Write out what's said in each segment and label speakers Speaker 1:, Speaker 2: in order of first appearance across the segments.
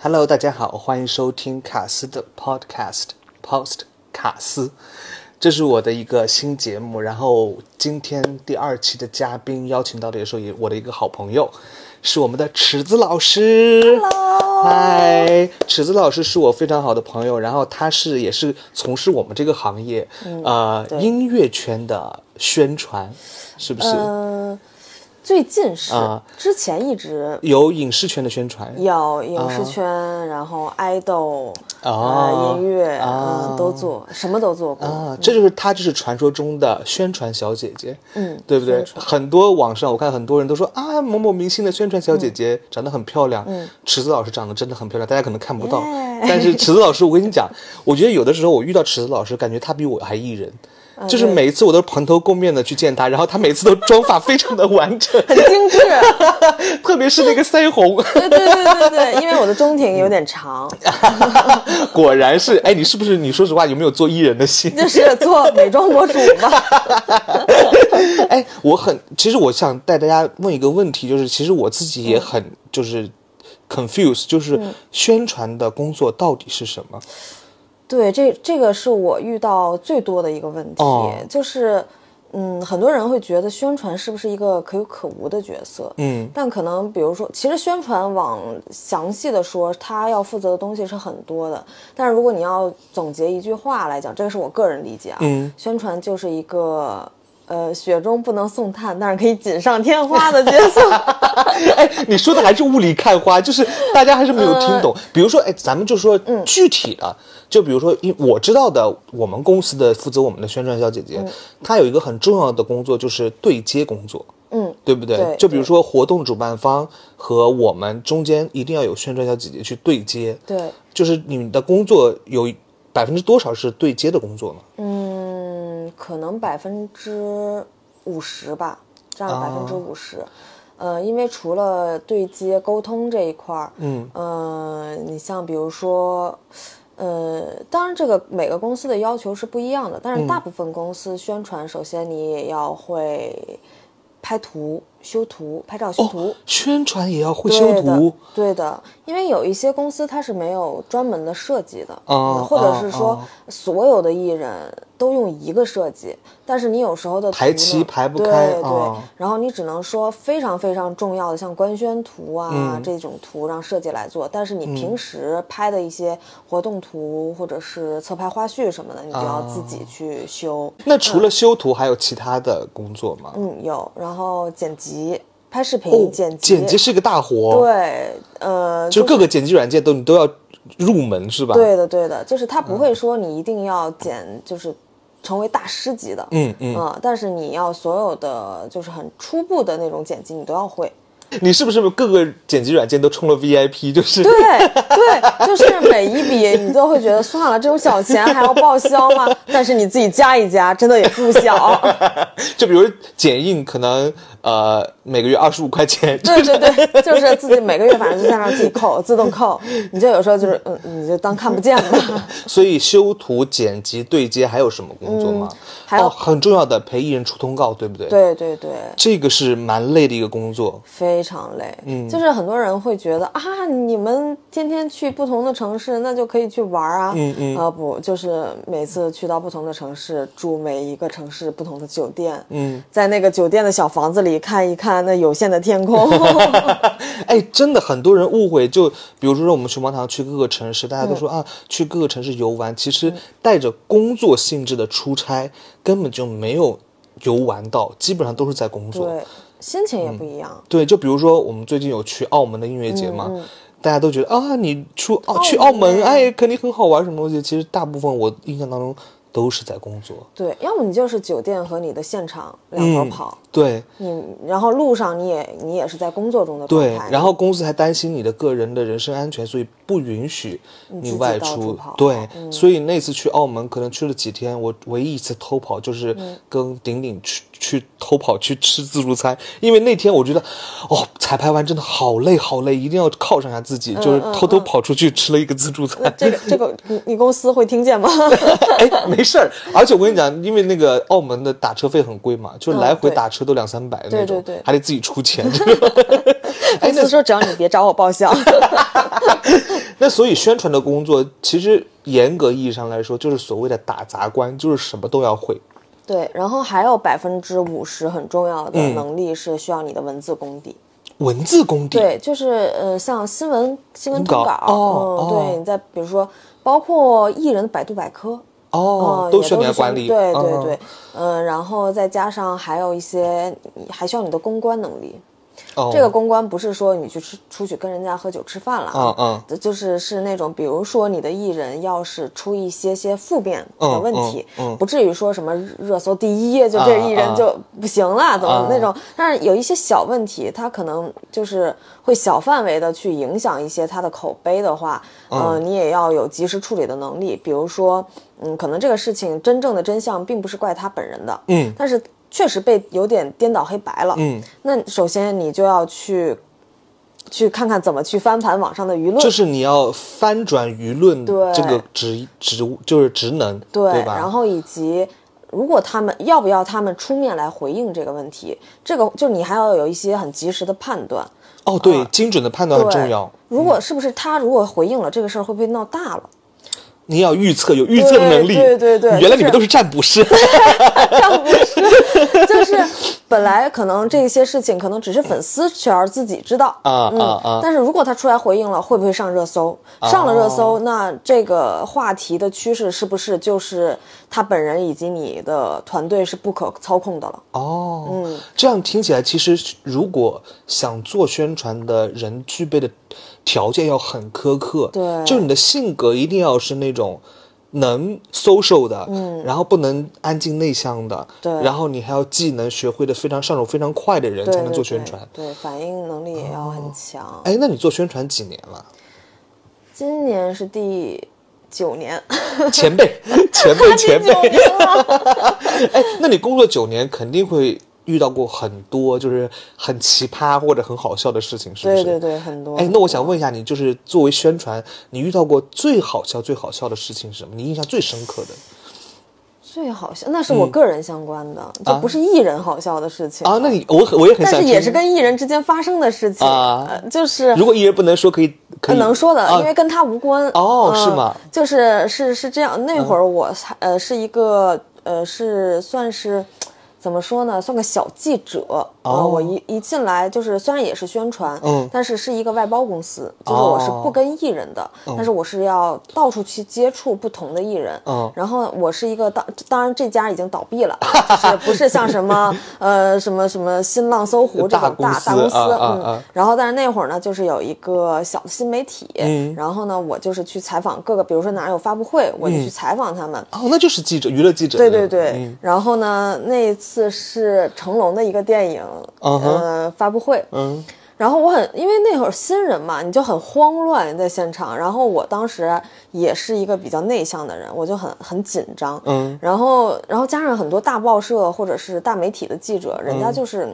Speaker 1: Hello，大家好，欢迎收听卡斯的 Podcast Post 卡斯，这是我的一个新节目。然后今天第二期的嘉宾邀请到的也是我的一个好朋友，是我们的池子老师。
Speaker 2: Hello，
Speaker 1: 嗨，池子老师是我非常好的朋友，然后他是也是从事我们这个行业，呃，
Speaker 2: 嗯对
Speaker 1: 音乐圈的宣传，是不是？
Speaker 2: 嗯，最近是
Speaker 1: 啊，
Speaker 2: 之前一直
Speaker 1: 有影视圈的宣传，
Speaker 2: 有影视圈，然后爱豆
Speaker 1: 哦
Speaker 2: 呃音乐，
Speaker 1: 哦
Speaker 2: 嗯，都做，什么都做过。
Speaker 1: 啊，这就是她，就是传说中的宣传小姐姐，
Speaker 2: 嗯
Speaker 1: 对不对
Speaker 2: 宣？传
Speaker 1: 很多网上我看很多人都说啊，某某明星的宣传小姐姐长得很漂亮，
Speaker 2: 嗯
Speaker 1: 池子老师长得真的很漂亮，大家可能看不到，
Speaker 2: 耶
Speaker 1: 但是池子老师，我跟你讲，我觉得有的时候我遇到池子老师，感觉她比我还艺人。就是
Speaker 2: 啊对
Speaker 1: 每一次我都是蓬头垢面的去见她，然后她每次都妆发非常的完 整，
Speaker 2: 很精致，
Speaker 1: 特别是那个腮红，
Speaker 2: 对对对对对， 因为我的中庭有点长，
Speaker 1: 嗯果然是哎，你是不是你说实话有没有做艺人的心？
Speaker 2: 就是做美妆博主嘛。
Speaker 1: 哎，我很，其实我想带大家问一个问题，就是其实我自己
Speaker 2: 嗯
Speaker 1: 也很、就是 confuse，就是宣传的工作到底是什么？
Speaker 2: 对，这这个是我遇到最多的一个问题，
Speaker 1: 哦
Speaker 2: 就是，嗯，很多人会觉得宣传是不是一个可有可无的角色？
Speaker 1: 嗯，
Speaker 2: 但可能比如说，其实宣传往详细的说，他要负责的东西是很多的。但是如果你要总结一句话来讲，这个是我个人理解啊，
Speaker 1: 嗯
Speaker 2: 宣传就是一个。呃，雪中不能送炭，但是可以锦上添花的角色。
Speaker 1: 哎，你说的还是雾里看花，就是大家还是没有听
Speaker 2: 呃
Speaker 1: 懂。比如说，哎，咱们就说
Speaker 2: 嗯
Speaker 1: 具体的，就比如说，因我知道的，我们公司的负责我们的宣传小姐
Speaker 2: 嗯
Speaker 1: 姐，她有一个很重要的工作，就是对接工作。
Speaker 2: 嗯，
Speaker 1: 对不对？
Speaker 2: 对
Speaker 1: 就比如
Speaker 2: 对
Speaker 1: 说活动主办方和我们中间一定要有宣传小姐姐去对接。
Speaker 2: 对，
Speaker 1: 就是你的工作有百分之多少是对接的工作呢？
Speaker 2: 嗯，可能百分之五十吧，占了百分之五十。呃，因为除了对接沟通这一块儿，
Speaker 1: 嗯，
Speaker 2: 呃，你像比如说，呃，当然这个每个公司的要求是不一样的，但是大部分公司宣传，首先你也要会拍图、修图、拍照修
Speaker 1: 哦
Speaker 2: 图。
Speaker 1: 宣传也要会
Speaker 2: 对的
Speaker 1: 修图，
Speaker 2: 对的，因为有一些公司它是没有专门的设计的，
Speaker 1: 哦
Speaker 2: 或者是
Speaker 1: 哦
Speaker 2: 说所有的艺人都用一个设计，但是你有时候的图呢
Speaker 1: 排期排不开
Speaker 2: 对对、
Speaker 1: 哦
Speaker 2: 然后你只能说非常非常重要的，像官宣图啊、
Speaker 1: 嗯
Speaker 2: 这种图让设计来做，但是你平时拍的一些活动图、或者是侧拍花絮什么的，你就要自己
Speaker 1: 哦
Speaker 2: 去修。
Speaker 1: 那除了修图，还有其他的工作吗？
Speaker 2: 嗯，有，然后剪辑、拍视频、
Speaker 1: 哦，
Speaker 2: 剪辑，
Speaker 1: 剪辑是个大活，
Speaker 2: 对，呃，
Speaker 1: 就各个剪辑软件都你都要入门是吧？，嗯
Speaker 2: 对的，对的，就是他不会说你一定要剪，就是成为大师级的，
Speaker 1: 嗯嗯，
Speaker 2: 啊、但是你要所有的就是很初步的那种剪辑，你都要 会。
Speaker 1: 你是不是各个剪辑软件都充了 VIP？就是
Speaker 2: 对对，就是每一笔你都会觉得算了，这种小钱还要报销 吗？但是你自己加一加，真的也不小。
Speaker 1: 就比如剪映，可能呃每个月二十五块钱，
Speaker 2: 对对对，就是自己每个月反正就在那儿自己扣，自动扣，你就有时候就是嗯，你就当看不见 吧。
Speaker 1: 所以修图、剪辑、对接还有什么工作吗？
Speaker 2: 嗯还有
Speaker 1: 哦、很重要的陪艺人出通告，对不对？，
Speaker 2: 对对对。
Speaker 1: 这个是蛮累的一个工作。
Speaker 2: 非常累，嗯，就是很多人会觉得啊，你们天天去不同的城市，那就可以去玩啊，嗯嗯，啊不，就是每次去到不同的城市，住每一个城市不同的酒店，嗯，在那个酒店的小房子里看一看那有限的天 空，
Speaker 1: 哎，真的很多人误会，就比如说我们熊猫堂去各个城市，大家都
Speaker 2: 嗯
Speaker 1: 说、啊，去各个城市游玩，其实带着工作性质的出差根本就没有游玩到，基本上都是在工作。
Speaker 2: 对，嗯心情也不一样，
Speaker 1: 对，就比如说我们最近有去澳门的音乐节嘛，大家都觉得啊，你出澳去澳门，
Speaker 2: 嗯门
Speaker 1: 哎，肯定很好玩什么东西。其实大部分我印象当中都是在工作。
Speaker 2: 对，要么你就是酒店和你的现场两头跑，
Speaker 1: 对
Speaker 2: 你，然后路上你也你也是在工作中的状
Speaker 1: 对
Speaker 2: 态，，
Speaker 1: 然后公司还担心你的个人的人身安全，所以不允许
Speaker 2: 自
Speaker 1: 你
Speaker 2: 己
Speaker 1: 外
Speaker 2: 到处
Speaker 1: 出
Speaker 2: 跑。嗯
Speaker 1: 对，所以那次去澳门，可能去了几天，我唯一一次偷跑就是
Speaker 2: 嗯
Speaker 1: 跟顶顶去去偷跑去吃自助餐，因为那天我觉得，哦，彩排完真的好累好累，一定要犒赏一下自
Speaker 2: 嗯
Speaker 1: 己，就是偷偷跑出去吃了一个自助餐。
Speaker 2: 这个这个你你公司会听 见吗？
Speaker 1: 哎，没事儿。而且我跟你讲，因为那个澳门的打车费很贵嘛，就是
Speaker 2: 嗯
Speaker 1: 来回
Speaker 2: 对
Speaker 1: 打车都两三百那
Speaker 2: 对
Speaker 1: 种，
Speaker 2: 对对
Speaker 1: 还得自己 出钱。 哎
Speaker 2: 公司说只要你别找我报销，
Speaker 1: 那所以宣传的工作，其实严格意义上来说，就是所谓的打杂官，就是什么都要会。
Speaker 2: 对，然后还有百分之五十很重要
Speaker 1: 嗯
Speaker 2: 的能力是需要你的文字功底。
Speaker 1: 文字功底，
Speaker 2: 对，就是呃，像新闻新闻
Speaker 1: 通
Speaker 2: 通
Speaker 1: 稿
Speaker 2: 稿，
Speaker 1: 哦
Speaker 2: 嗯，
Speaker 1: 哦
Speaker 2: 对，你在比如说，包括艺人的百度百科，
Speaker 1: 哦
Speaker 2: 嗯，
Speaker 1: 都
Speaker 2: 也
Speaker 1: 需要你来
Speaker 2: 是
Speaker 1: 管
Speaker 2: 需
Speaker 1: 理。
Speaker 2: 对对
Speaker 1: 嗯
Speaker 2: 对，嗯、然后再加上还有一些，还需要你的公关能力。
Speaker 1: 哦
Speaker 2: 这个公关不是说你去吃出去跟人家喝酒吃饭了啊，
Speaker 1: 嗯
Speaker 2: 就是是那种，比如说你的艺人要是出一些些负面的
Speaker 1: 嗯
Speaker 2: 问题，
Speaker 1: 嗯嗯
Speaker 2: 不至于说什么热搜第一就
Speaker 1: 啊
Speaker 2: 这艺人
Speaker 1: 啊
Speaker 2: 就不行了，怎么
Speaker 1: 啊
Speaker 2: 那种。但是有一些小问题，他可能就是会小范围的去影响一些他的口碑的话，呃，
Speaker 1: 嗯
Speaker 2: 你也要有及时处理的能力。比如说，嗯，可能这个事情真正的真相并不是怪他本人的，
Speaker 1: 嗯
Speaker 2: 但是确实被有点颠倒黑白了，
Speaker 1: 嗯，
Speaker 2: 那首先你就要去。去看看怎么去翻盘网上的舆论，
Speaker 1: 就是你要翻转舆论
Speaker 2: 对
Speaker 1: 这个职职务，就是职能，对
Speaker 2: 对，
Speaker 1: 吧？
Speaker 2: 然后以及如果他们要不要他们出面来回应这个问题，这个就你还要有一些很及时的判断。
Speaker 1: 哦，对，精准的判断很
Speaker 2: 呃对
Speaker 1: 重要。嗯
Speaker 2: 如果是不是他如果回应了这个事儿会不会闹大了？
Speaker 1: 你要预测，有预测
Speaker 2: 对
Speaker 1: 能力。
Speaker 2: 对对对
Speaker 1: 原来
Speaker 2: 就
Speaker 1: 你们
Speaker 2: 是
Speaker 1: 都是占卜师。
Speaker 2: 就是本来可能这些事情可能只是粉丝圈儿自己知道
Speaker 1: 啊
Speaker 2: 嗯
Speaker 1: 啊啊
Speaker 2: 但是如果他出来回应了，会不会上热搜？上了热
Speaker 1: 哦
Speaker 2: 搜，那这个话题的趋势是不是就是他本人以及你的团队是不可操控的了？
Speaker 1: 哦，
Speaker 2: 嗯
Speaker 1: 这样听起来，其实如果想做宣传的人，具备的条件要很苛刻。
Speaker 2: 对
Speaker 1: 就你的性格一定要是那种能 social 的，嗯，然后不能安静内向的，
Speaker 2: 对
Speaker 1: 然后你还要技能学会的非常上手非常快的人
Speaker 2: 对
Speaker 1: 才能
Speaker 2: 对
Speaker 1: 做宣
Speaker 2: 对
Speaker 1: 传。
Speaker 2: 对反应能力也要很强。
Speaker 1: 哎，那你做宣传几年了？
Speaker 2: 今年是第九 年，
Speaker 1: 前辈，前辈，前
Speaker 2: 第九
Speaker 1: 辈。
Speaker 2: 年了。
Speaker 1: 哎，那你工作九年，肯定会遇到过很多就是很奇葩或者很好笑的事情，是不
Speaker 2: 对
Speaker 1: 是？
Speaker 2: 对对，很多。
Speaker 1: 哎，那我想问一下你，就是作为宣传，你遇到过最好笑、最好笑的事情是什么？你印象最深刻的
Speaker 2: 最好笑那是我个人相关的，就不是艺人好笑的事情
Speaker 1: 嗯啊啊？那你我很我也很
Speaker 2: 但
Speaker 1: 想
Speaker 2: 是
Speaker 1: 听，
Speaker 2: 也是跟艺人之间发生的事情，
Speaker 1: 啊
Speaker 2: 呃就是
Speaker 1: 如果艺人不能说，可以可以
Speaker 2: 呃能说的，
Speaker 1: 啊
Speaker 2: 因为跟他无关。
Speaker 1: 哦
Speaker 2: 呃
Speaker 1: 是吗？
Speaker 2: 就是是是这样，那会儿我才、呃是一个呃是算是。怎么说呢？算个小记者呃
Speaker 1: 哦
Speaker 2: 我一一进来就是，虽然也是宣传，
Speaker 1: 嗯哦
Speaker 2: 但是是一个外包公司，就是我是不跟艺人的，但是我是要到处去接触不同的艺人，
Speaker 1: 嗯
Speaker 2: 然后我是一个当当然这家已经倒闭了， 就是不是像什么呃什么什么新浪、搜狐这
Speaker 1: 大
Speaker 2: 种
Speaker 1: 公
Speaker 2: 大
Speaker 1: 司
Speaker 2: 大公司，
Speaker 1: 啊啊
Speaker 2: 嗯，
Speaker 1: 啊
Speaker 2: 然后，但是那会儿呢，就是有一个小的新媒体，
Speaker 1: 嗯
Speaker 2: 然后呢，我就是去采访各个，比如说哪儿有发布会，我就去采访他们。
Speaker 1: 哦，那就是记者，娱乐记者，
Speaker 2: 对对对，
Speaker 1: 嗯
Speaker 2: 然后呢，那一次是成龙的一个电影，
Speaker 1: 嗯哼
Speaker 2: 呃，发布会，
Speaker 1: 嗯
Speaker 2: 然后我很，因为那会儿新人嘛，你就很慌乱你在现场。然后我当时也是一个比较内向的人，我就很很紧张。
Speaker 1: 嗯，
Speaker 2: 然后然后加上很多大报社或者是大媒体的记者，人家就是。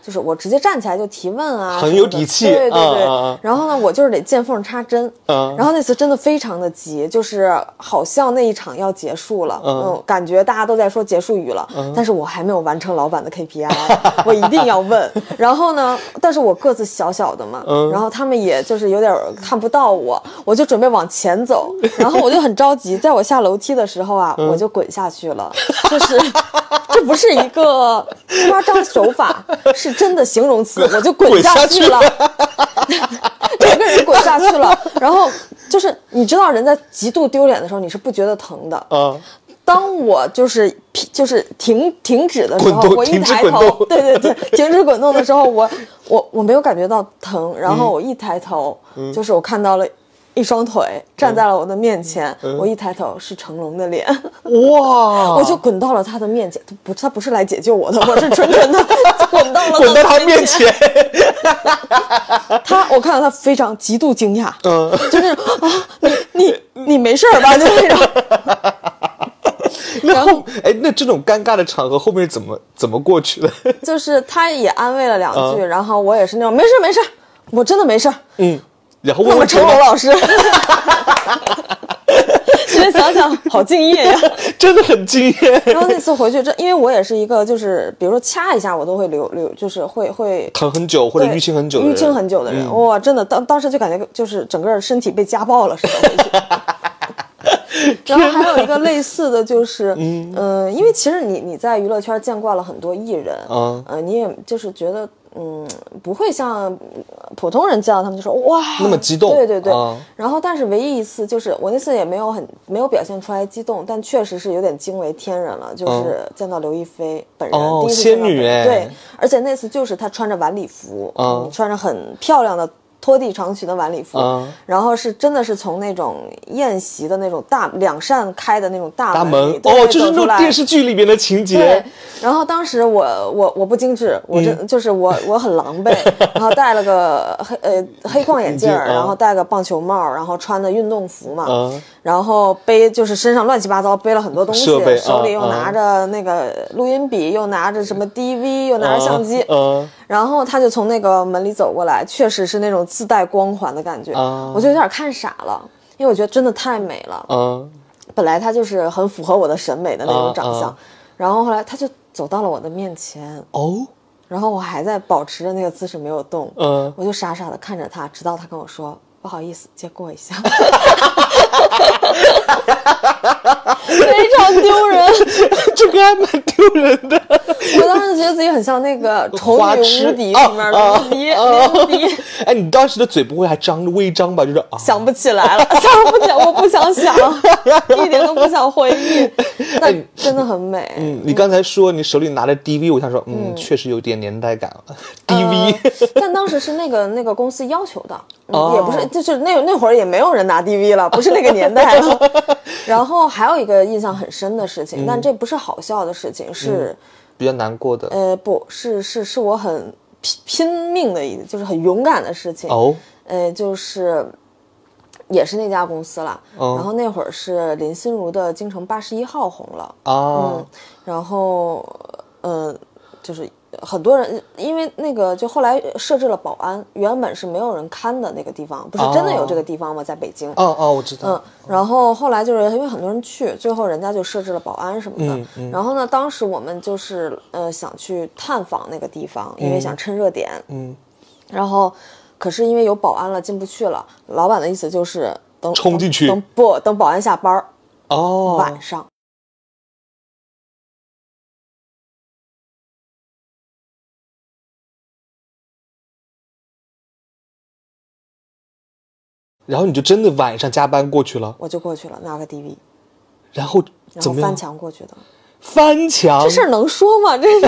Speaker 2: 就是我直接站起来就提问啊，
Speaker 1: 很
Speaker 2: 什么
Speaker 1: 有
Speaker 2: 的
Speaker 1: 底气
Speaker 2: 对对对。
Speaker 1: 啊啊啊
Speaker 2: 然后呢，我就是得见缝插针。
Speaker 1: 嗯
Speaker 2: 然后那次真的非常的急，就是好像那一场要结束了，
Speaker 1: 嗯
Speaker 2: 感觉大家都在说结束语了，但是我还没有完成老板的 KPI，我一定要 问。然后呢，但是我个子小小的嘛，
Speaker 1: 嗯
Speaker 2: 然后他们也就是有点看不到我，我就准备往前 走，然后我就很着急，在我下楼梯的时候啊，
Speaker 1: 嗯
Speaker 2: 我就滚下去了，就是 这不是一个夸张手法，是真的形容词，我就滚
Speaker 1: 滚
Speaker 2: 下
Speaker 1: 下
Speaker 2: 去
Speaker 1: 去
Speaker 2: 了。 整个人滚下去了。然后就是你知道人在极度丢脸的时候，你是不觉得疼的。
Speaker 1: 啊，
Speaker 2: 当我就是就是停停止的时候
Speaker 1: 滚，动
Speaker 2: 我一
Speaker 1: 停止
Speaker 2: 抬
Speaker 1: 滚
Speaker 2: 头，
Speaker 1: 动
Speaker 2: 对对对， 停止滚动
Speaker 1: 嗯
Speaker 2: 的时候，我我我没有感觉到疼，然后我一抬头，就是我看到了。一双腿站在了我的面前，
Speaker 1: 嗯
Speaker 2: 我一抬头是成龙的脸，
Speaker 1: 啊哇！
Speaker 2: 我就滚到了他的面前。他不，他不是来解救我的，我是纯纯的 滚到了
Speaker 1: 滚到他面
Speaker 2: 面。
Speaker 1: 前，
Speaker 2: 他，我看到他非常极度惊讶，
Speaker 1: 嗯，
Speaker 2: 就是啊，你你你没事儿吧？就是那种。
Speaker 1: 那后哎，那这种尴尬的场合后面是怎么怎么过去的？
Speaker 2: 就是他也安慰了两句，然后我也是那种没事儿没事儿，我真的没事儿。
Speaker 1: 嗯，然后
Speaker 2: 我
Speaker 1: 问
Speaker 2: 们
Speaker 1: 问
Speaker 2: 成
Speaker 1: 成
Speaker 2: 龙
Speaker 1: 龙，
Speaker 2: 老师， 现在想想好敬业呀。
Speaker 1: 真的很惊艳，
Speaker 2: 然后那次回去，这因为我也是一个就是，比如说掐一下我都会流流，就是会会。
Speaker 1: 疼很久或者
Speaker 2: 对
Speaker 1: 淤青很久的
Speaker 2: 淤
Speaker 1: 人，嗯
Speaker 2: 青很久的人，哇、真的当当时就感觉就是整个身体被家暴了似的。回 去然后还有一个类似的就是，嗯、呃，因为其实你你在娱乐圈见惯了很多艺人，
Speaker 1: 啊
Speaker 2: 呃，你也就是觉得，嗯，不会像普通人见到他们就说哇
Speaker 1: 那么激动
Speaker 2: 对对对。
Speaker 1: 啊
Speaker 2: 然后，但是唯一一次就是我那次也没有很没有表现出来激动，但确实是有点惊为天人了，就是见到刘亦菲本人，
Speaker 1: 啊哦
Speaker 2: 第一次
Speaker 1: 仙
Speaker 2: 见到
Speaker 1: 女
Speaker 2: 本人
Speaker 1: 哎
Speaker 2: 对，而且那次就是她穿着晚礼服，
Speaker 1: 啊
Speaker 2: 嗯穿着很漂亮的。拖地长裙的晚礼服，
Speaker 1: 啊
Speaker 2: 然后是真的是从那种宴席的那种大两扇开的那种大
Speaker 1: 大门
Speaker 2: 里
Speaker 1: 哦，就是那种电
Speaker 2: 视。
Speaker 1: 视剧里面的情
Speaker 2: 对
Speaker 1: 节，，
Speaker 2: 然后当时我我我不精
Speaker 1: 嗯
Speaker 2: 致，我这、就是我我很狼 狈，然后戴了个黑呃黑框眼镜儿，
Speaker 1: 眼镜啊
Speaker 2: 然后戴个棒球帽，然后穿的运动服嘛，
Speaker 1: 啊
Speaker 2: 然后背就是身上乱七八糟背了很多东西
Speaker 1: 设备，啊
Speaker 2: 手里又
Speaker 1: 啊
Speaker 2: 拿着那个录音笔，又拿着什么 DV，又拿
Speaker 1: 啊
Speaker 2: 着相机，
Speaker 1: 嗯，
Speaker 2: 然后他就从那个门里走过来，确实是那种自带光环的感觉，
Speaker 1: 啊
Speaker 2: 我就有点看傻了，因为我觉得真的太美了。
Speaker 1: 嗯，
Speaker 2: 本来他就是很符合我的审美的那种长相，
Speaker 1: 啊啊
Speaker 2: 然后后来他就走到了我的面前，
Speaker 1: 哦，
Speaker 2: 然后我还在保持着那个姿势没有动，
Speaker 1: 嗯，
Speaker 2: 我就傻傻的看着他，直到他跟我说不好意思，借过一 下，非常丢人。
Speaker 1: 这个还蛮丢人 的。
Speaker 2: 我当时觉得自己很像那 个《丑
Speaker 1: 花
Speaker 2: 女
Speaker 1: 痴
Speaker 2: 无敌》
Speaker 1: 啊
Speaker 2: 里面的无敌，无敌。
Speaker 1: 哎，你当时的嘴不会还张着微张吧？就是啊，
Speaker 2: 想不起来了， 想不起来，我不想 想，一点都不想回忆，但真的很美。
Speaker 1: 嗯，你刚才说你手里拿着 DV，我想说，嗯，确实有点年代感了。DV，
Speaker 2: 但当时是那个那个公司要求的，嗯
Speaker 1: 哦
Speaker 2: 也不是，就是那那会儿也没有人拿 DV 了，不是那个年代了。然后还有一个印象很深的事
Speaker 1: 嗯
Speaker 2: 情，但这不是好笑的事情，是、
Speaker 1: 比较难过的
Speaker 2: 呃不是是是我很拼拼命的一，就是很勇敢的事情。
Speaker 1: 哦，
Speaker 2: 呃，就是也是那家公司啦。
Speaker 1: 哦
Speaker 2: 然后那会儿是林心如的《京城八十一号》红了。嗯
Speaker 1: 啊，
Speaker 2: 然后，呃，就是很多人，因为那个就后来设置了保安，原本是没有人看的那个地方，不是真的有这个地方吗？在北京。
Speaker 1: 哦哦，我知
Speaker 2: 嗯
Speaker 1: 道，，
Speaker 2: 然后后来就是因为很多人去，最后人家就设置了保安什么的。
Speaker 1: 嗯
Speaker 2: 然后呢，当时我们就是呃想去探访那个地方，因为想趁热点。
Speaker 1: 嗯，
Speaker 2: 然后，可是因为有保安了，进不去了。老板的意思就是等
Speaker 1: 冲进去
Speaker 2: 等不等保安下班儿，
Speaker 1: 哦
Speaker 2: 晚，上。
Speaker 1: 然后你就真的晚上加班过去了，
Speaker 2: 我就过去了，拿个 DV，
Speaker 1: 然后
Speaker 2: 然
Speaker 1: 怎
Speaker 2: 后
Speaker 1: 么
Speaker 2: 翻
Speaker 1: 样？
Speaker 2: 墙过去的。
Speaker 1: 翻墙
Speaker 2: 这事儿能说吗？ 这是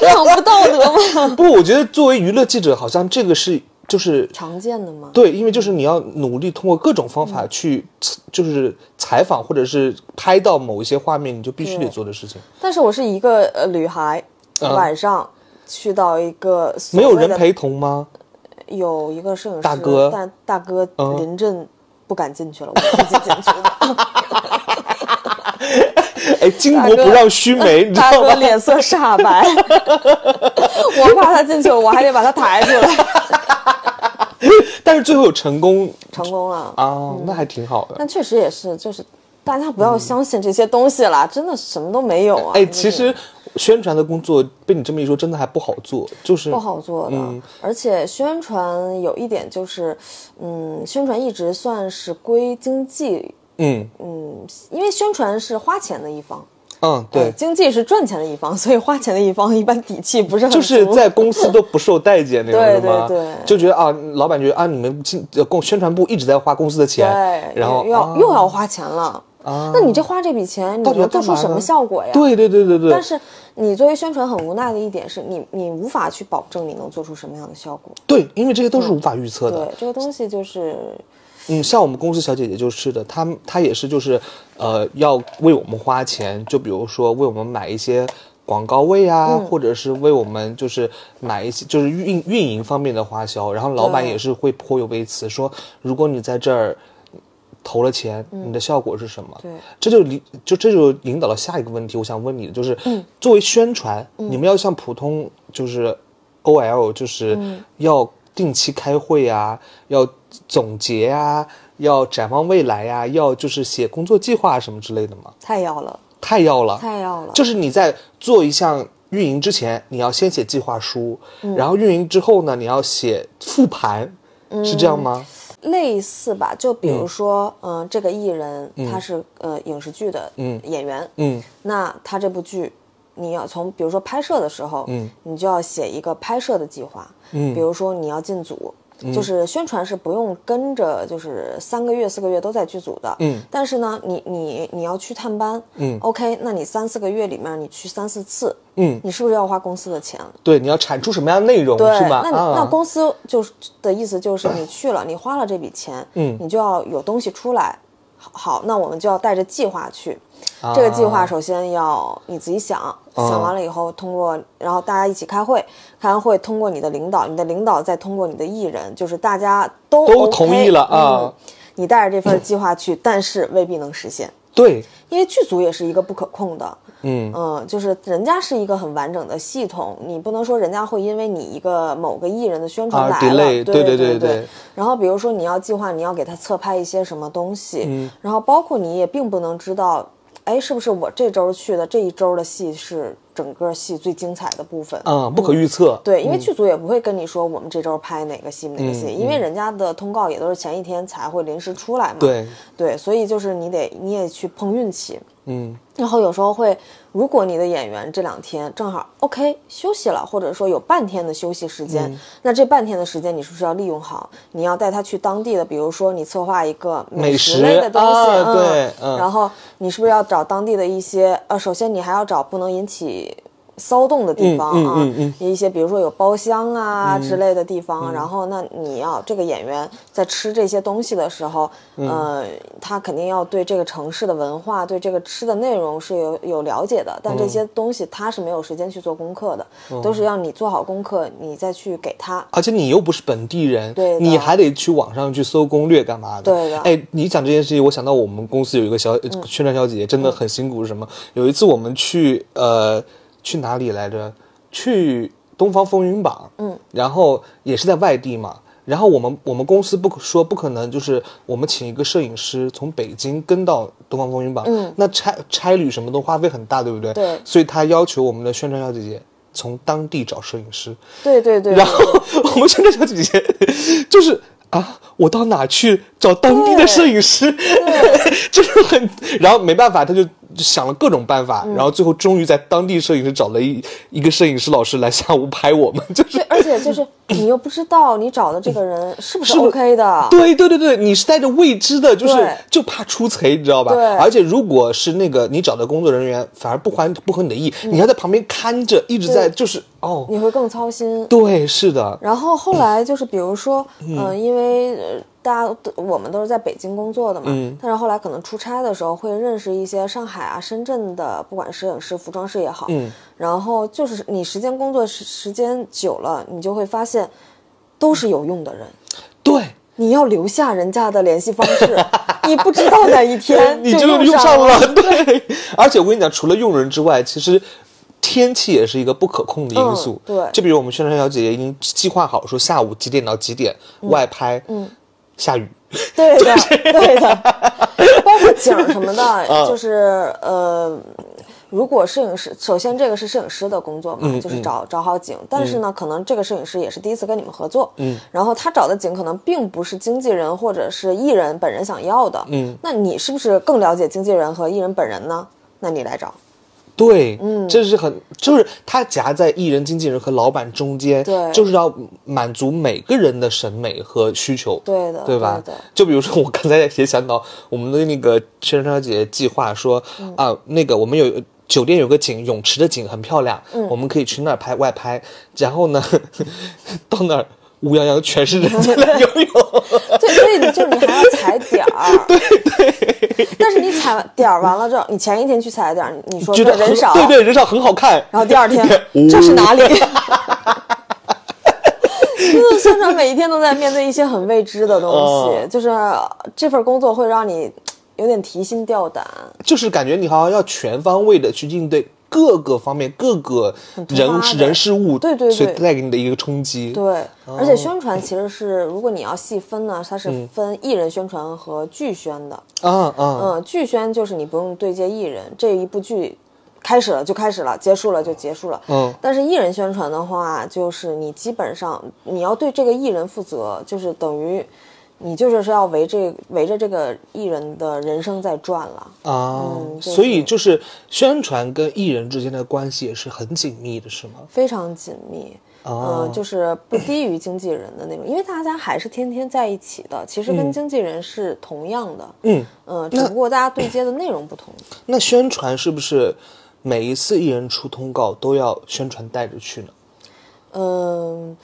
Speaker 2: 这很不道德吗？
Speaker 1: 不，我觉得作为娱乐记者，好像这个是就是
Speaker 2: 常见的吗？
Speaker 1: 对，因为就是你要努力通过各种方
Speaker 2: 嗯
Speaker 1: 法去，就是采访或者是拍到某一些画面，你就必须得
Speaker 2: 对
Speaker 1: 做的事情。
Speaker 2: 但是我是一个呃女孩，
Speaker 1: 嗯
Speaker 2: 晚上去到一个所
Speaker 1: 没有
Speaker 2: 谓
Speaker 1: 人
Speaker 2: 的，
Speaker 1: 陪同吗？
Speaker 2: 有一个摄影师
Speaker 1: 大哥
Speaker 2: 但大哥
Speaker 1: 嗯
Speaker 2: 临阵不敢进 去了，我自己进去的。
Speaker 1: 哎，巾
Speaker 2: 大
Speaker 1: 帼不
Speaker 2: 哥
Speaker 1: 让须眉，你知
Speaker 2: 大
Speaker 1: 道
Speaker 2: 哥
Speaker 1: 吗？
Speaker 2: 脸色煞白，我怕他进去，我还得把他抬出来。
Speaker 1: 但是最后有成功
Speaker 2: 成功了，
Speaker 1: 啊，那还挺好的。
Speaker 2: 但确实也是，就是大家不要相信这些东西啦，真的什么都没有啊。
Speaker 1: 哎，
Speaker 2: 就是
Speaker 1: 其实宣传的工作被你这么一说，真的还不好做，就是嗯
Speaker 2: 不好做的，而且宣传有一点就是，嗯，宣传一直算是归经济，
Speaker 1: 嗯
Speaker 2: 嗯，因为宣传是花钱的一方，
Speaker 1: 嗯，
Speaker 2: 呃
Speaker 1: 对，
Speaker 2: 经济是赚钱的一方，所以花钱的一方一般底气不是很
Speaker 1: 就是
Speaker 2: 足
Speaker 1: 在公司都不受待见那种，
Speaker 2: 对
Speaker 1: 是吗？
Speaker 2: 对对
Speaker 1: 就觉得啊，老板觉得啊，你们进呃公宣传部一直在花公司的钱，
Speaker 2: 对，
Speaker 1: 然后
Speaker 2: 又要、
Speaker 1: 啊
Speaker 2: 又要花钱了，啊，那你这花这笔钱，你能做出什么效果呀？
Speaker 1: 对对对对对。
Speaker 2: 但是你作为宣传很无奈的一点是你，你无法去保证你能做出什么样的效果。
Speaker 1: 对，因为这些都是无法预测
Speaker 2: 嗯
Speaker 1: 的。
Speaker 2: 对，这个东西就是。
Speaker 1: 嗯，像我们公司小姐姐就是的，她她也是就是，呃，要为我们花钱，就比如说为我们买一些广告位啊，
Speaker 2: 嗯
Speaker 1: 或者是为我们就是买一些就是运运营方面的花销，然后老板
Speaker 2: 对
Speaker 1: 也是会颇有微词，说如果你在这儿投了钱，
Speaker 2: 嗯
Speaker 1: 你的效果是什么？
Speaker 2: 对
Speaker 1: 这就理就这就引导了下一个问题，我想问你的就是，
Speaker 2: 嗯
Speaker 1: 作为宣传，你们要像普通就是 OL，就是
Speaker 2: 嗯
Speaker 1: 要定期开会啊，要总结啊，要展望未来呀、要就是写工作计划什么之类的吗？
Speaker 2: 太要了，
Speaker 1: 太要了，
Speaker 2: 太要了。
Speaker 1: 就是你在做一项运营之前，你要先写计划书，
Speaker 2: 嗯
Speaker 1: 然后运营之后呢，你要写复盘，
Speaker 2: 嗯
Speaker 1: 是这样吗？
Speaker 2: 类似吧，就比如说，嗯、这个艺人他是、呃影视剧的演员，
Speaker 1: 嗯
Speaker 2: 那他这部剧，你要从比如说拍摄的时候，
Speaker 1: 嗯，
Speaker 2: 你就要写一个拍摄的计划，
Speaker 1: 嗯
Speaker 2: 比如说你要进组。就是宣传是不用跟着，就是三个月、四个月都在剧组的。
Speaker 1: 嗯，
Speaker 2: 但是呢，你你你要去探班。
Speaker 1: 嗯
Speaker 2: ，OK，那你三四个月里面你去三四次，
Speaker 1: 嗯，
Speaker 2: 你是不是要花公司的钱？
Speaker 1: 对，你要产出什么样的内容
Speaker 2: 对，
Speaker 1: 是吧？
Speaker 2: 那你
Speaker 1: 啊
Speaker 2: 那公司就是的意思就是你去 了，你花了这笔钱，
Speaker 1: 嗯
Speaker 2: 你就要有东西出来。好好，那我们就要带着计划去。
Speaker 1: 啊
Speaker 2: 这个计划首先要你自己想，想完了以后通过，然后大家一起开会，开完会通过你的领导，你的领导再通过你的艺人，就是大家都、OK,
Speaker 1: 都同意了啊
Speaker 2: 嗯，你带着这份计划去，但是未必能实现。
Speaker 1: 对，
Speaker 2: 因为剧组也是一个不可控的，
Speaker 1: 嗯
Speaker 2: 就是人家是一个很完整的系统，你不能说人家会因为你一个某个艺人的宣传
Speaker 1: 啊
Speaker 2: 来了，对
Speaker 1: delay，对对
Speaker 2: 对
Speaker 1: 对对
Speaker 2: 对。然后比如说你要计划你要给他侧拍一些什么东西，
Speaker 1: 嗯
Speaker 2: 然后包括你也并不能知道，哎，是不是我这周去的这一周的戏是整个戏最精彩的部分？
Speaker 1: 嗯，不可预测。
Speaker 2: 对，因为剧组也不会跟你说我们这周拍哪个戏、哪个
Speaker 1: 嗯
Speaker 2: 戏，因为人家的通告也都是前一天才会临时出来嘛。
Speaker 1: 对，
Speaker 2: 对，所以就是你得你也去碰运气。
Speaker 1: 嗯
Speaker 2: 然后有时候会，如果你的演员这两天正好 OK 休息了，或者说有半天的休息时间，
Speaker 1: 嗯
Speaker 2: 那这半天的时间你是不是要利用好？你要带他去当地的，比如说你策划一个
Speaker 1: 美
Speaker 2: 食
Speaker 1: 食
Speaker 2: 类的东西，
Speaker 1: 啊
Speaker 2: 嗯、
Speaker 1: 对嗯
Speaker 2: 然后你是不是要找当地的一些？呃，首先你还要找不能引起。骚动的地方啊，
Speaker 1: 嗯嗯
Speaker 2: 一些比如说有包厢啊之类的地方，然后那你要这个演员在吃这些东西的时候，
Speaker 1: 嗯
Speaker 2: 呃，他肯定要对这个城市的文化、对这个吃的内容是有有了解的，但这些东西他是没有时间去做功课的，
Speaker 1: 哦
Speaker 2: 都是要你做好功课，你再去给他。
Speaker 1: 而且你又不是本地人，
Speaker 2: 对的
Speaker 1: 你还得去网上去搜攻略干嘛的？
Speaker 2: 对的嗯
Speaker 1: 哎，你讲这件事情，我想到我们公司有一个小、宣传小姐姐，真的很辛苦。是什么？有一次我们去呃去哪里来着？去东方风云榜，嗯，然后也是在外地嘛。然后我们我们公司不可说不可能，就是我们请一个摄影师从北京跟到东方风云榜，嗯，那差差旅什么都花费很大，对不对？
Speaker 2: 对
Speaker 1: 所以他要求我们的宣传小姐姐从当地找摄影师，
Speaker 2: 对对对，
Speaker 1: 然后我们宣传小姐姐就是啊，我到哪去找当地的摄影师？ 就是很，然后没办法，她就想了各种办法，
Speaker 2: 嗯
Speaker 1: 然后最后终于在当地摄影师找了一一个摄影师老师来下午拍我们，就是。
Speaker 2: 对，而且就是你又不知道你找的这个人是不是
Speaker 1: 是不
Speaker 2: OK 的，
Speaker 1: 对对对对，你是带着未知的，就是
Speaker 2: 对
Speaker 1: 就怕出贼，你知道吧？
Speaker 2: 对
Speaker 1: 而且如果是那个你找的工作人员反而不欢不合你的意，
Speaker 2: 嗯
Speaker 1: 你还在旁边看着，一直在就是哦，
Speaker 2: 你会更操心。
Speaker 1: 对，是的，
Speaker 2: 然后后来就是，比如说，嗯、因为呃大家都我们都是在北京工作的嘛，
Speaker 1: 嗯
Speaker 2: 但是后来可能出差的时候会认识一些上海啊、深圳的，不管摄影师、服装师也好，
Speaker 1: 嗯
Speaker 2: 然后就是你时间工作时时间久了，你就会发现都是有用的人，
Speaker 1: 对。
Speaker 2: 你要留下人家的联系方 式，你不知道哪一天
Speaker 1: 哎你
Speaker 2: 就
Speaker 1: 用
Speaker 2: 上
Speaker 1: 了。对，而且我跟你讲，除了用人之外，其实。天气也是一个不可控的因素，
Speaker 2: 嗯对
Speaker 1: 就比如我们宣传小姐姐已经计划好说下午几点到几点外拍，嗯，下雨，
Speaker 2: 对的，对 的，包括景儿什么的，就是呃，如果摄影师，首先这个是摄影师的工作嘛，就是找找好景。但是呢，可能这个摄影师也是第一次跟你们合作，嗯，然后他找的景可能并不是经纪人或者是艺人本 人想要的，嗯，那你是不是更了解经纪人和艺人本人呢？那你来找，
Speaker 1: 对，嗯，这是很，就是他夹在艺人、经纪人和老板中间，
Speaker 2: 对
Speaker 1: 就是要满足每个人的审美和需求，
Speaker 2: 对的
Speaker 1: 对吧？
Speaker 2: 对的
Speaker 1: 就比如说，我刚才也想到我们的那个宣传节计划说，
Speaker 2: 嗯
Speaker 1: 啊，那个我们有。酒店有个景，泳池的景很漂亮，
Speaker 2: 嗯
Speaker 1: 我们可以去那儿拍外拍。然后呢， 到那儿乌泱泱全是人 在那游泳。
Speaker 2: 对，所以就是你还要踩点儿。 对对。但是你踩点儿完了之后，你前一天去踩点儿，你说
Speaker 1: 觉
Speaker 2: 这
Speaker 1: 得
Speaker 2: 人
Speaker 1: 很
Speaker 2: 少，啊
Speaker 1: 对对，人少很好看。
Speaker 2: 然后第二天
Speaker 1: 哦
Speaker 2: 这是哪里？ 就是宣传每一天都在面对一些很未知的东西，
Speaker 1: 嗯
Speaker 2: 就是这份工作会让你有点提心吊胆。
Speaker 1: 就是感觉你好像要全方位的去应对各个方面、各个人
Speaker 2: 突发的
Speaker 1: 人事物，
Speaker 2: 对对对
Speaker 1: 所以带给你的一个冲击。
Speaker 2: 对，而且宣传其实是，如果你要细分呢，它是分艺人宣传和剧宣的。
Speaker 1: 啊啊，
Speaker 2: 嗯，剧宣就是你不用对接艺人，这一部剧开始了就开始了，结束了就结束了。
Speaker 1: 嗯
Speaker 2: 但是艺人宣传的话，就是你基本上你要对这个艺人负责，就是等于你就是是要围这围着这个艺人的人生在转了。
Speaker 1: 啊，
Speaker 2: 嗯对
Speaker 1: 所以就是宣传跟艺人之间的关系也是很紧密的，是吗？
Speaker 2: 非常紧密，
Speaker 1: 哦
Speaker 2: 嗯，就是不低于经纪人的那种，因为大家还是天天在一起的，其实跟经纪人是同样的，
Speaker 1: 嗯，
Speaker 2: 嗯，只不过大家对接的内容不同。
Speaker 1: 那宣传是不是每一次艺人出通告都要宣传带着去呢？
Speaker 2: 嗯，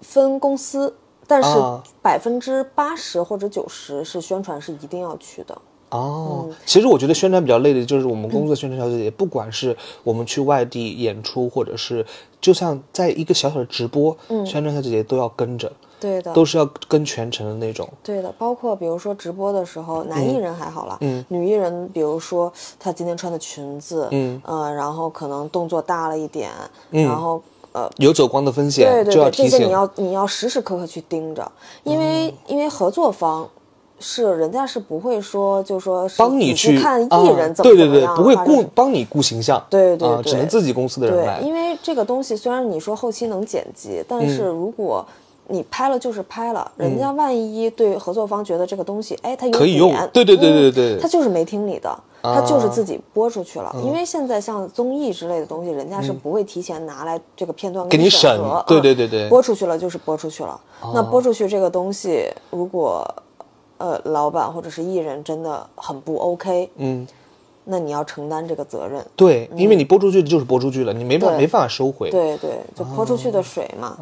Speaker 2: 分公司，但是
Speaker 1: 啊
Speaker 2: 百分之八十或者九十是宣传是一定要去的。
Speaker 1: 哦，
Speaker 2: 嗯
Speaker 1: 其实我觉得宣传比较累的就是我们工作宣传小姐姐，不管是我们去外地演出，或者是就像在一个小小的直播，
Speaker 2: 嗯
Speaker 1: 宣传小姐姐都要跟着，
Speaker 2: 对的，
Speaker 1: 都是要跟全程的那种。
Speaker 2: 对的，包括比如说直播的时候，男
Speaker 1: 嗯
Speaker 2: 艺人还好啦，女艺人比如说她今天穿的裙子，
Speaker 1: 嗯
Speaker 2: 呃，然后可能动作大了一点，然后呃，
Speaker 1: 有走光的风险，
Speaker 2: 对对
Speaker 1: 就要
Speaker 2: 对，
Speaker 1: 提
Speaker 2: 这些
Speaker 1: 醒。嗯
Speaker 2: 你要你要时时刻刻去盯着，因为、因为合作方是人家是不会说就说是
Speaker 1: 帮你
Speaker 2: 仔细
Speaker 1: 去
Speaker 2: 看
Speaker 1: 啊
Speaker 2: 艺人怎么
Speaker 1: 对
Speaker 2: 怎
Speaker 1: 对
Speaker 2: 么
Speaker 1: 对
Speaker 2: 样，，啊
Speaker 1: 不会
Speaker 2: 发生
Speaker 1: 顾
Speaker 2: 什么
Speaker 1: 帮你顾形象，
Speaker 2: 对对
Speaker 1: 啊，
Speaker 2: 对
Speaker 1: 只能自己公司的人来
Speaker 2: 对，因为这个东西虽然你说后期能剪辑，但是
Speaker 1: 嗯
Speaker 2: 如果你拍了就是拍了，人家万一对合作方觉得这个东西，哎，他有
Speaker 1: 可以用
Speaker 2: 点
Speaker 1: 对对对对
Speaker 2: 嗯
Speaker 1: 对啊嗯
Speaker 2: 他就是没听你的，他就是自己播出去了。因为现在像综艺之类的东西，人家是不会提前拿来这个片段
Speaker 1: 给你
Speaker 2: 审
Speaker 1: 审
Speaker 2: 核，
Speaker 1: 对
Speaker 2: 嗯
Speaker 1: 对对对哦
Speaker 2: 播出去了就是播出去了。那播出去这个东西，如果呃老板或者是艺人真的很不 OK，
Speaker 1: 嗯，
Speaker 2: 那你要承担这个责任。
Speaker 1: 对，因为你播出去就是播出去了，你没办
Speaker 2: 嗯对
Speaker 1: 没办法收回。啊
Speaker 2: 对对，就
Speaker 1: 哦
Speaker 2: 泼出去的水嘛。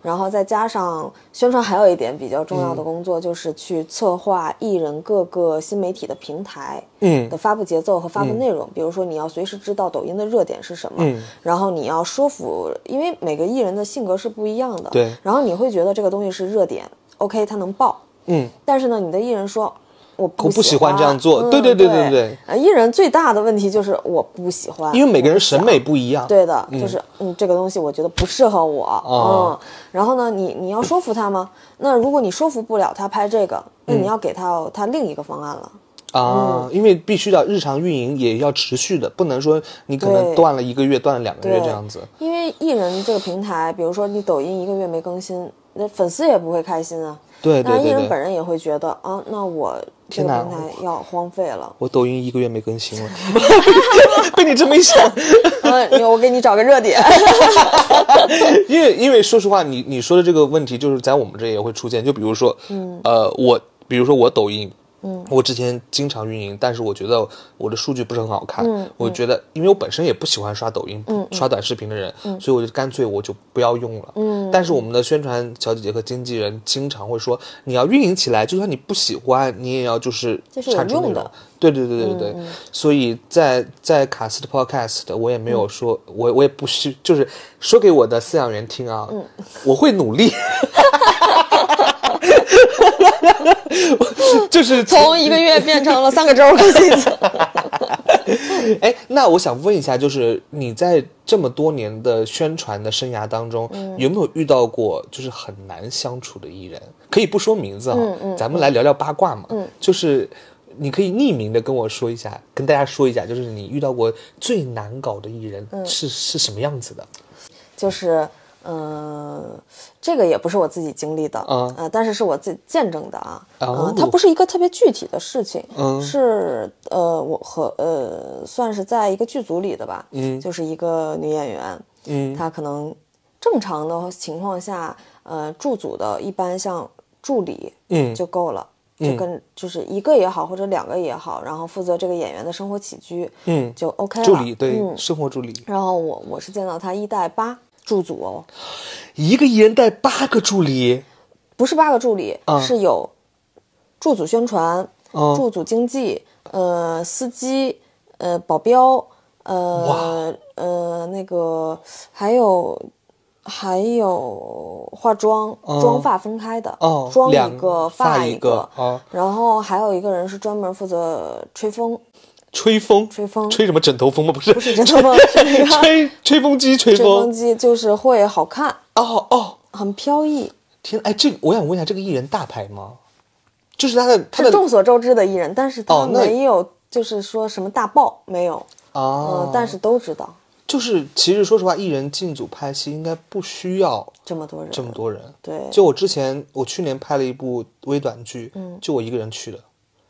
Speaker 2: 然后再加上宣传，还有一点比较重要
Speaker 1: 嗯
Speaker 2: 的工作，就是去策划艺人各个新媒体的平台
Speaker 1: 嗯
Speaker 2: 的发布节奏和发布内容。比如说，你要随时知道抖音的热点是什么，
Speaker 1: 嗯
Speaker 2: 然后你要说服，因为每个艺人的性格是不一样的。
Speaker 1: 对
Speaker 2: 然后你会觉得这个东西是热点，OK，它能爆，
Speaker 1: 嗯，
Speaker 2: 但是呢，你的艺人说。我不
Speaker 1: 我不喜欢这样做对对
Speaker 2: 对
Speaker 1: 对
Speaker 2: 对
Speaker 1: 对对。
Speaker 2: 呃艺人最大的问题就是我不喜欢，
Speaker 1: 因为每个人
Speaker 2: 我不想
Speaker 1: 审美不一样。啊
Speaker 2: 对的，就是嗯，这个东西我觉得不适合我，嗯，
Speaker 1: 哦
Speaker 2: 然后呢，你你要说服他吗？那如果你说服不了他拍这个，那
Speaker 1: 嗯
Speaker 2: 你要给他他另一个方案了。
Speaker 1: 啊，
Speaker 2: 嗯
Speaker 1: 因为必须要日常运营也要持续的，不能说你可能
Speaker 2: 对
Speaker 1: 断了一个月、断了两个月
Speaker 2: 对
Speaker 1: 这样子。
Speaker 2: 因为艺人这个平台，比如说你抖音一个月没更新，那粉丝也不会开心啊。
Speaker 1: 对
Speaker 2: 当
Speaker 1: 对
Speaker 2: 然，艺
Speaker 1: 对
Speaker 2: 人本
Speaker 1: 对，
Speaker 2: 人也会觉得啊，那我这
Speaker 1: 天
Speaker 2: 个
Speaker 1: 哪。
Speaker 2: 平台要荒废了
Speaker 1: 我抖音一个月没更新了， 被你这么一想，
Speaker 2: 嗯，你我给你找个热 点。
Speaker 1: 因为因为说实话，你你说的这个问题就是在我们这也会出现，就比如说，嗯，呃，我比如说我抖音。嗯，我之前经常运营，但是我觉得我的数据不是很好看。
Speaker 2: 嗯
Speaker 1: 我觉得，因为我本身也不喜欢刷抖音、刷短视频的人，
Speaker 2: 嗯
Speaker 1: 所以我就干脆我就不要用了。嗯，但是我们的宣传小姐姐和经纪人经常会说，你要运营起来，就算你不喜欢，你也要就是
Speaker 2: 就是有
Speaker 1: 产出内
Speaker 2: 用
Speaker 1: 容
Speaker 2: 的。
Speaker 1: 对对对对对，所以在在卡斯的 podcast，我也没有说，我我也不需，就是说给我的饲养员听啊，我会努力， 就是从
Speaker 2: 从一个月变成了三个周更新一次。
Speaker 1: 哎，那我想问一下，就是你在这么多年的宣传的生涯当中，
Speaker 2: 嗯
Speaker 1: 有没有遇到过就是很难相处的艺人？可以不说名字啊、
Speaker 2: 嗯
Speaker 1: 咱们来聊聊八卦嘛。就是你可以匿名的跟我说一下，跟大家说一下，就是
Speaker 2: 嗯
Speaker 1: 你遇到过最难搞的艺人是、是什么样子的？
Speaker 2: 就是嗯、这个也不是我自己经历的，
Speaker 1: 啊
Speaker 2: 呃，但是是我自己见证的啊，
Speaker 1: 哦
Speaker 2: 呃，它不是一个特别具体的事情，
Speaker 1: 嗯
Speaker 2: 是呃，我和呃，算是在一个剧组里的吧，嗯，就是一个女演员，
Speaker 1: 嗯
Speaker 2: 她可能正常的情况下，呃，驻组的一般像助理，
Speaker 1: 嗯
Speaker 2: 就够了。就跟就是一个也好，或者两个也好，然后负责这个演员的生活起居，
Speaker 1: 嗯
Speaker 2: 就 OK 了。
Speaker 1: 助理对、
Speaker 2: 嗯。
Speaker 1: 生活助理，
Speaker 2: 然后我我是见到他一带八驻组哦，
Speaker 1: 一个艺人带八个助理，
Speaker 2: 不是八个助理，
Speaker 1: 啊
Speaker 2: 是有驻组宣传、
Speaker 1: 哦
Speaker 2: 驻组经济、呃司机、呃保镖、呃呃那个还有还有化妆、妆发分开的，
Speaker 1: 哦
Speaker 2: 妆
Speaker 1: 两
Speaker 2: 一个
Speaker 1: 发一
Speaker 2: 一
Speaker 1: 个哦
Speaker 2: 然后还有一个人是专门负责吹风，
Speaker 1: 吹风，
Speaker 2: 吹风
Speaker 1: 吹什么枕头风吗？不是，不
Speaker 2: 是 真的吗？是那个
Speaker 1: 吹吹风机吹
Speaker 2: 吹风
Speaker 1: 风。
Speaker 2: 机，就是会好看，
Speaker 1: 哦哦，
Speaker 2: 很飘逸，
Speaker 1: 天，哎，这个我想问一下，这个艺人大牌吗？就是他的他
Speaker 2: 是
Speaker 1: 的
Speaker 2: 众所周知的艺人，但是他
Speaker 1: 哦那
Speaker 2: 没有就是说什么大爆没有，
Speaker 1: 啊、
Speaker 2: 嗯，但是都知道
Speaker 1: 就是其实说实话，艺人进组拍戏应该不需要
Speaker 2: 这么多人，
Speaker 1: 这么多人。
Speaker 2: 对，
Speaker 1: 就我之前，我去年拍了一部微短剧，就我一个人去的。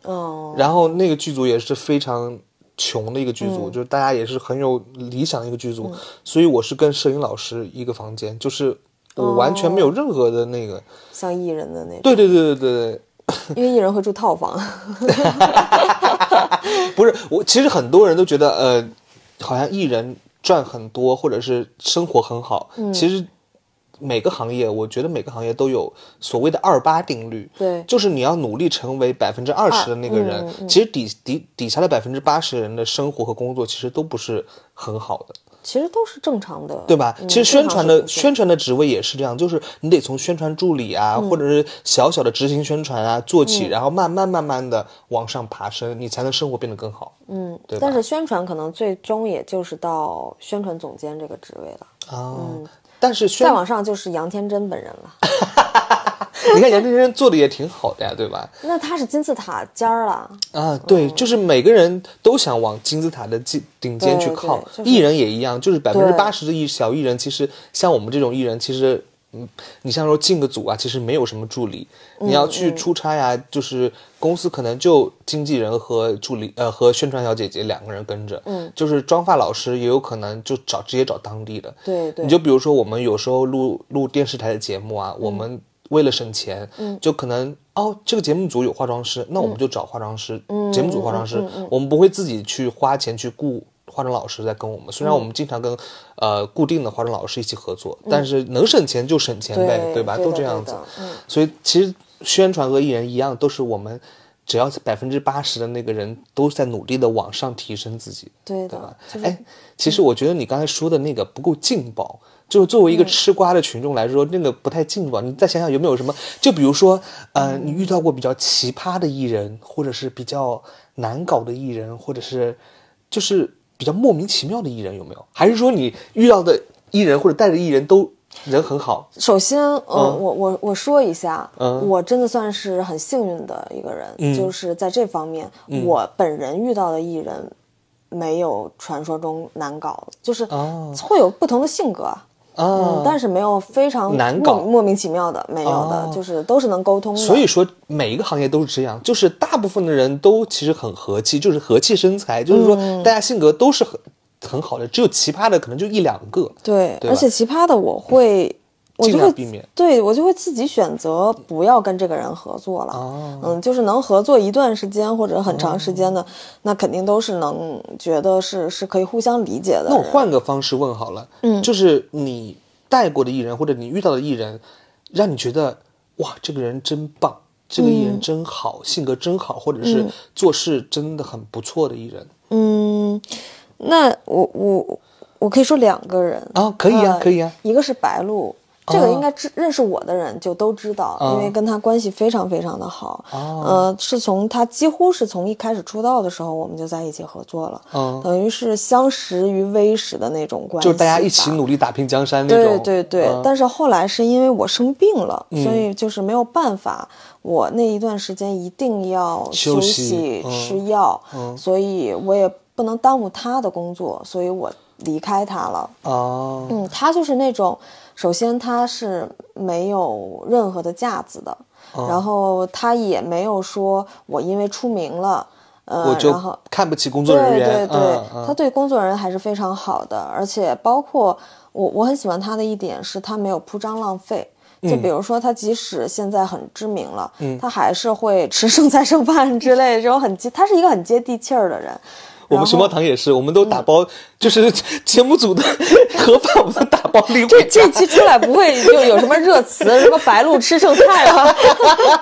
Speaker 2: 嗯
Speaker 1: 然后那个剧组也是非常穷的一个剧组，就是大家也是很有理想的一个剧组，所以我是跟摄影老师一个房间，就是我完全没有任何的那个。
Speaker 2: 像艺人的那种，
Speaker 1: 对对对对对
Speaker 2: 因为艺人会住套房，
Speaker 1: 对，不是我，其实很多人都觉得呃，好像艺人赚很多或者是生活很好，
Speaker 2: 嗯
Speaker 1: 其实。每个行业，我觉得每个行业都有所谓的二八定律，
Speaker 2: 对
Speaker 1: 就是你要努力成为百分之二十的那个人，
Speaker 2: 嗯
Speaker 1: 其实底底底下的百分之八十人的生活和工作其实都不是很好的，
Speaker 2: 其实都是正常的，
Speaker 1: 对吧？
Speaker 2: 嗯
Speaker 1: 其实宣传的，
Speaker 2: 正常是
Speaker 1: 宣传的职位也是这样，就是你得从宣传助理啊，
Speaker 2: 嗯
Speaker 1: 或者是小小的执行宣传啊做起，然后慢慢慢慢的往上爬升，你才能生活变得更好。
Speaker 2: 嗯
Speaker 1: 对吧，
Speaker 2: 但是宣传可能最终也就是到宣传总监这个职位了，
Speaker 1: 啊、但是宣
Speaker 2: 嗯再，往上就是杨天真本人了，
Speaker 1: 你看杨振声做的也挺好的呀，对吧？
Speaker 2: 那他是金字塔尖儿了，
Speaker 1: 啊，对，
Speaker 2: 嗯
Speaker 1: 就是每个人都想往金字塔的顶顶尖去
Speaker 2: 对
Speaker 1: 靠，
Speaker 2: 对就是
Speaker 1: 艺人也一样，就是百分之
Speaker 2: 对
Speaker 1: 八十的艺小艺人，其实像我们这种艺人，其实。嗯，你像说进个组啊，其实没有什么助理，你要
Speaker 2: 嗯
Speaker 1: 去出差呀、就是公司可能就经纪人和助理呃和宣传小姐姐两个人跟着，嗯，就是妆发老师也有可能就找直接找当地的，
Speaker 2: 对对
Speaker 1: 你就比如说我们有时候录录电视台的节目
Speaker 2: 嗯
Speaker 1: 啊，我们为了省钱，就可能哦这个节目组有化妆师，那我
Speaker 2: 嗯
Speaker 1: 们就找化妆师，节目组化妆师，我们不会自己去花钱去雇。化妆老师在跟我
Speaker 2: 嗯
Speaker 1: 们，虽然我们经常跟，呃，固定的化妆老师一起合作，但是能省钱就省钱呗，
Speaker 2: 嗯对
Speaker 1: 吧？
Speaker 2: 对
Speaker 1: 都
Speaker 2: 的
Speaker 1: 这
Speaker 2: 对
Speaker 1: 样子
Speaker 2: 的，嗯
Speaker 1: 所以其实宣传和艺人一样，都是我们只要百分之八十的那个人都在努力的往上提升自己，
Speaker 2: 对
Speaker 1: 对
Speaker 2: 的
Speaker 1: 吧，
Speaker 2: 就？是嗯
Speaker 1: 哎，其实我觉得你刚才说的那个不够劲爆，就是作
Speaker 2: 嗯
Speaker 1: 为一个吃瓜的群众来说，那个不太劲爆。你再想想有没有什么，就比如说，呃，你遇到过比较奇葩的艺人，或者是比较难搞的艺人，或者是就是比较莫名其妙的艺人，有没有？还是说你遇到的艺人或者带着艺人都人很好？
Speaker 2: 首先，呃，我我我说一下，
Speaker 1: 嗯
Speaker 2: 我真的算是很幸运的一个人，就是在这方面，
Speaker 1: 嗯
Speaker 2: 我本人遇到的艺人没有传说中难搞，就是
Speaker 1: 哦
Speaker 2: 会有不同的性格，
Speaker 1: 啊
Speaker 2: 嗯，但是没有非常
Speaker 1: 难
Speaker 2: 莫
Speaker 1: 搞
Speaker 2: 莫名其妙的，没有的，
Speaker 1: 哦
Speaker 2: 就是都是能沟通的。
Speaker 1: 所以说，每一个行业都是这样，就是大部分的人都其实很和气，就是和气生财，就是说大家性格都是很很好的，只有奇葩的可能就一两个。
Speaker 2: 对，
Speaker 1: 对
Speaker 2: 而
Speaker 1: 吧
Speaker 2: 且奇葩的我会，我
Speaker 1: 尽
Speaker 2: 就
Speaker 1: 量
Speaker 2: 会
Speaker 1: 避免
Speaker 2: 对我就会自己选择不要跟这个人合作了。
Speaker 1: 哦
Speaker 2: 嗯，就是能合作一段时间或者很长时间的，那肯定都是能觉得是是可以互相理解的人。
Speaker 1: 那我换个方式问好了，嗯，就是你带过的艺人或者你遇到的艺人，让你觉得哇，这个人真棒，这个艺人真好，性格真好，或者是做事真的很不错的艺人
Speaker 2: 嗯，那我我我可以说两个人
Speaker 1: 啊，可以啊，
Speaker 2: 呃
Speaker 1: 可以啊，哦
Speaker 2: 一个是白鹿，这个应该知认识我的人就都知道，因为跟他关系非常非常的好。
Speaker 1: 哦
Speaker 2: 呃，是从他几乎是从一开始出道的时候，我们就在一起合作了，
Speaker 1: 嗯
Speaker 2: 等于是相识于微时的那种关系吧，
Speaker 1: 就是大家一起努力打拼江山那
Speaker 2: 对
Speaker 1: 种。
Speaker 2: 对对，
Speaker 1: 嗯
Speaker 2: 但是后来是因为我生病了，所以就是没有办法，我那一段时间一定要
Speaker 1: 休
Speaker 2: 休
Speaker 1: 息嗯
Speaker 2: 吃药，所以我也不能耽误他的工作，所以我离开他了。
Speaker 1: 哦，
Speaker 2: 嗯，他就是那种首先它是没有任何的架子的，
Speaker 1: 嗯
Speaker 2: 然后它也没有说我因为出名了，
Speaker 1: 我
Speaker 2: 呃，
Speaker 1: 就
Speaker 2: 然后
Speaker 1: 看不起工作人员。
Speaker 2: 对对对
Speaker 1: 嗯，嗯
Speaker 2: 他对工作人员还是非常好的，而且包括我我很喜欢他的一点是他没有铺张浪费。
Speaker 1: 嗯
Speaker 2: 就比如说，他即使现在很知名了，他还是会吃剩菜剩饭之类的这种很接，他是一个很接地气儿的 人。
Speaker 1: 我们
Speaker 2: 然
Speaker 1: 熊
Speaker 2: 后嗯
Speaker 1: 猫堂也是，我们都打包，就是 节目组的盒饭，我们都打 包拎
Speaker 2: 这
Speaker 1: 回家。
Speaker 2: 这期出来不会就有什么热词，什么白鹭吃剩菜啊？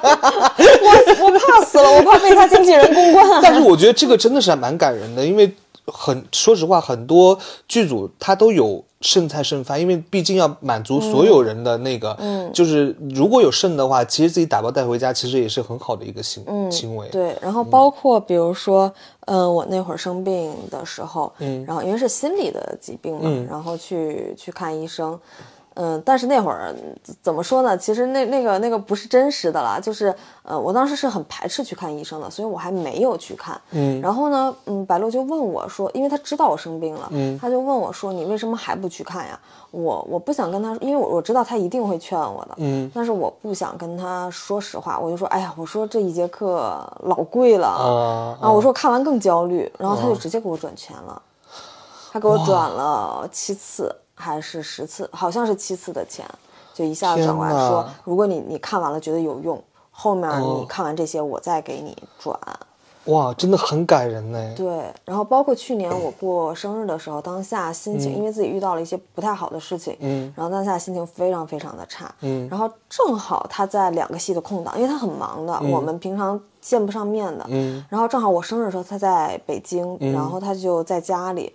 Speaker 2: 我我怕死了，我怕被他经纪人公关啊！
Speaker 1: 但是我觉得这个真的是还蛮感人的，因为很说实话，很多剧组它都有剩菜剩饭，因为毕竟要满足所
Speaker 2: 嗯
Speaker 1: 有人的那个，就是如果有剩的话，其实自己打包带回家，其实也是很好的一个行、行为。
Speaker 2: 嗯对，然后包括比如说，嗯、我那会儿生病的时候，嗯，然后因为是心理的疾病嘛，然后去去看医生，嗯、但是那会儿嗯怎么说呢？其实那那个那个不是真实的啦，就是呃，我当时是很排斥去看医生的，所以我还没有去看。嗯，然后呢，嗯，白露就问我说，因为他知道我生病了，嗯，他就问我说，你为什么还不去看呀？我我不想跟他，因为我我知道他一定会劝我的，嗯，但是我不想跟他说实话，我就说，哎呀，我说这一节课老贵了，
Speaker 1: 啊
Speaker 2: 啊，我说我看完更焦虑，然后他就
Speaker 1: 嗯
Speaker 2: 直接给我转钱了，他给我转了七次还是十次，好像是七次的钱，就一下子转过来
Speaker 1: 天哪
Speaker 2: 说，如果你你看完了觉得有用，后面
Speaker 1: 哦
Speaker 2: 你看完这些我再给你转，
Speaker 1: 哇，真的很感人呢。
Speaker 2: 对，然后包括去年我过生日的时候，当下心
Speaker 1: 嗯
Speaker 2: 情、因为自己遇到了一些不太好的事情，嗯，然后当下心情非常非常的差，嗯，然后正好他在两个戏的空档，因为他很忙的，我们平常见不上面的，嗯，然后正好我生日的时候他在北京，然后他就在家里，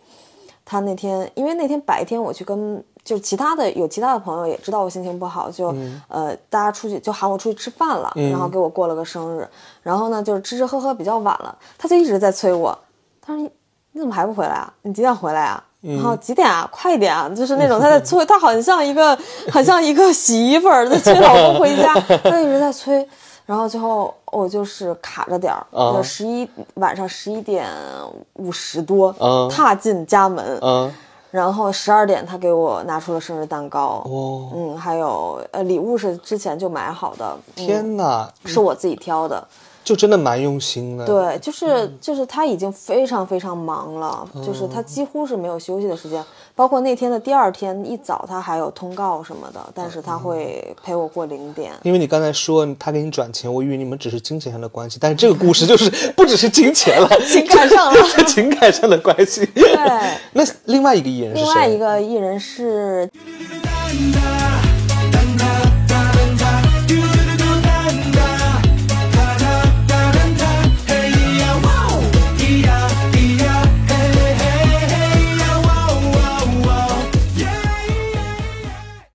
Speaker 2: 他那天，因为那天白天我去跟就其他的有其他的朋友也知道我心情不好，就、呃大家出去就喊我出去吃饭了，然后给我过了个生日，然后呢就是吃吃喝喝比较晚了，他就一直在催我，他说你你怎么还不回来啊？你几点回来啊？然后几点啊？快点啊！就是那种他在催，他很像一个很像一个洗衣粉儿在催老公回 家，他一直在催。然后最后我就是卡着点儿，
Speaker 1: 啊
Speaker 2: 就十一晚上十一点五十多，
Speaker 1: 啊
Speaker 2: 踏进家门，
Speaker 1: 嗯，
Speaker 2: 然后十二点他给我拿出了生日蛋糕，
Speaker 1: 哦，
Speaker 2: 嗯，还有呃礼物是之前就买好的，嗯
Speaker 1: 天哪，
Speaker 2: 是我自己挑的，
Speaker 1: 就真的蛮用心的。，
Speaker 2: 对，就是就是他已经非常非常忙了，就是他几乎是没有休息的时间，包括那天的第二天一早他还有通告什么的，但是他会陪我过零点，
Speaker 1: 因为你刚才说他给你转钱，我以为你们只是金钱上的关系，但是这个故事就是 不只是金钱了，
Speaker 2: 情感 上了
Speaker 1: 情感上的关系。
Speaker 2: 对，
Speaker 1: 那另外一个艺人是谁？
Speaker 2: 另外一个艺人是
Speaker 3: 哒哒